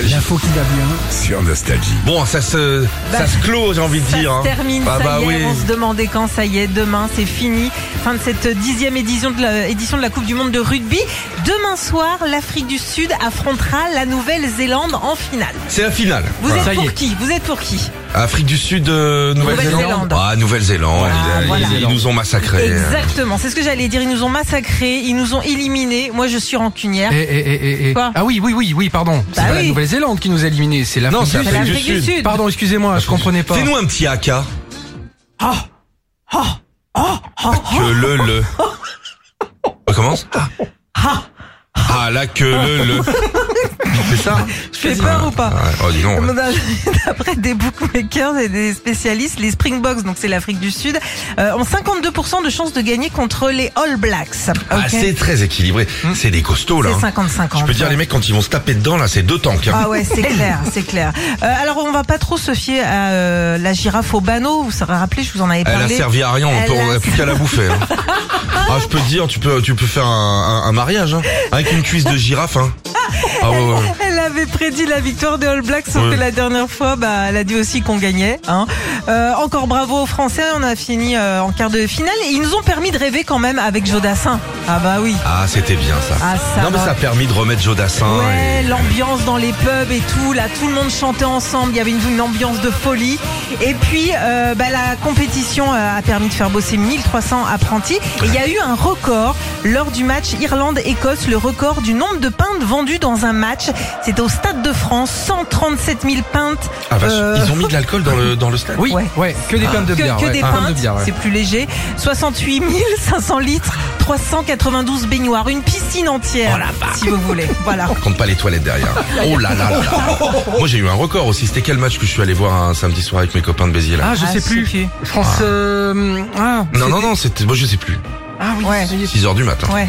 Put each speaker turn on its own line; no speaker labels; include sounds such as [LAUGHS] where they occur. L'info qui va bien sur Nostalgie.
Bon, ça se, ça
Bah,
se clôt, j'ai envie de
Ça
dire. hein.
se termine,
Ah
ça
bah
y est,
oui.
on se demandait quand, ça y est, demain c'est fini. Fin de cette dixième édition de la, édition de la Coupe du Monde de rugby. Demain soir, l'Afrique du Sud affrontera la Nouvelle-Zélande en finale.
C'est la finale.
Vous
Voilà.
êtes pour qui Vous êtes pour qui
Afrique du Sud, euh, Nouvelle-Zélande.
Nouvelle-Zélande.
ah, Nouvelle-Zélande.
Ah,
ils,
voilà.
ils nous ont massacrés. hein.
Exactement, c'est ce que j'allais dire. Ils nous ont massacrés, ils nous ont éliminés. Moi, je suis rancunière.
Et, et- et- et-
Quoi
Ah oui, oui, oui, oui, pardon. C'est
Bah
pas la
oui.
Nouvelle-Zélande qui nous a éliminés, c'est
Non,
l'Afrique
c'est
du
C'est
Sud.
Afrique du
l'Afrique du
Sud.
Sud.
Pardon, excusez-moi, je comprenais pas.
Fais-nous un petit haka.
Oh,
Que le le. Recommence.
Ah,
Ah, la que le le. C'est ça
je fais peur ou [LAUGHS] pas
Ah, ouais. Oh, dis donc. ouais.
[LAUGHS] D'après des bookmakers et des spécialistes, les Springboks, donc c'est l'Afrique du Sud, euh, ont 52% de chances de gagner contre les All Blacks.
Ah,
Ok
c'est très équilibré. C'est des costauds, là.
Hmm. C'est
hein.
50-50.
Je peux dire,
ouais.
les mecs, quand ils vont se taper dedans, là, c'est deux tanks. hein.
Ah ouais, c'est clair, c'est clair. Euh, alors on va pas trop se fier à euh, la girafe au banneau, vous serez rappelé, je vous en avais
Elle a
parlé.
servi à rien, on
Elle
peut- on
a-
n'a plus qu'à la bouffer.
[LAUGHS]
hein. Ah, je peux te dire, tu peux, tu peux faire un, un- un mariage hein, avec une cuisse de girafe. Hein. Ah ouais, ouais.
Elle avait prédit la victoire des All Blacks, sauf
Ouais.
que la dernière fois, bah, elle a dit aussi qu'on gagnait. Hein. Euh, encore bravo aux Français, on a fini euh, en quart de finale et ils nous ont permis de rêver quand même avec Jodassin. Ah bah oui.
Ah, c'était bien ça.
Ah, ça
non, mais
va.
ça a permis de remettre Jodassin.
Ouais,
et-
l'ambiance dans les pubs et tout, là tout le monde chantait ensemble, il y avait une, une ambiance de folie. Et puis euh, bah, la compétition euh, a permis de faire bosser 1300 apprentis. Et il y a eu un record lors du match Irlande-Écosse, le record du nombre de pintes vendues dans un match. C'était au Stade de France, 137 000 pintes.
Ah, vache,
euh,
Ils ont mis de l'alcool dans le, dans le stade.
Oui,
Ouais.
ouais. que des pintes de
[LAUGHS] que,
bière.
que
ouais,
des
pintes
pintes,
de bière, ouais.
c'est plus léger. 68 500 litres, 392 baignoires, une piscine entière, si vous voulez. Voilà.
Compte pas les toilettes
[LAUGHS]
derrière. Oh là là là là. Moi j'ai eu un record aussi. C'était quel match que je suis allé voir un samedi soir avec mes copains de Béziers là
Ah, je
Ah,
sais
je
plus.
sais plus.
France. euh, ah,
Non, non,
c'était-
non, c'était. Moi je sais plus.
Ah oui,
Ouais.
ça y est.
6 heures du matin.
Ouais.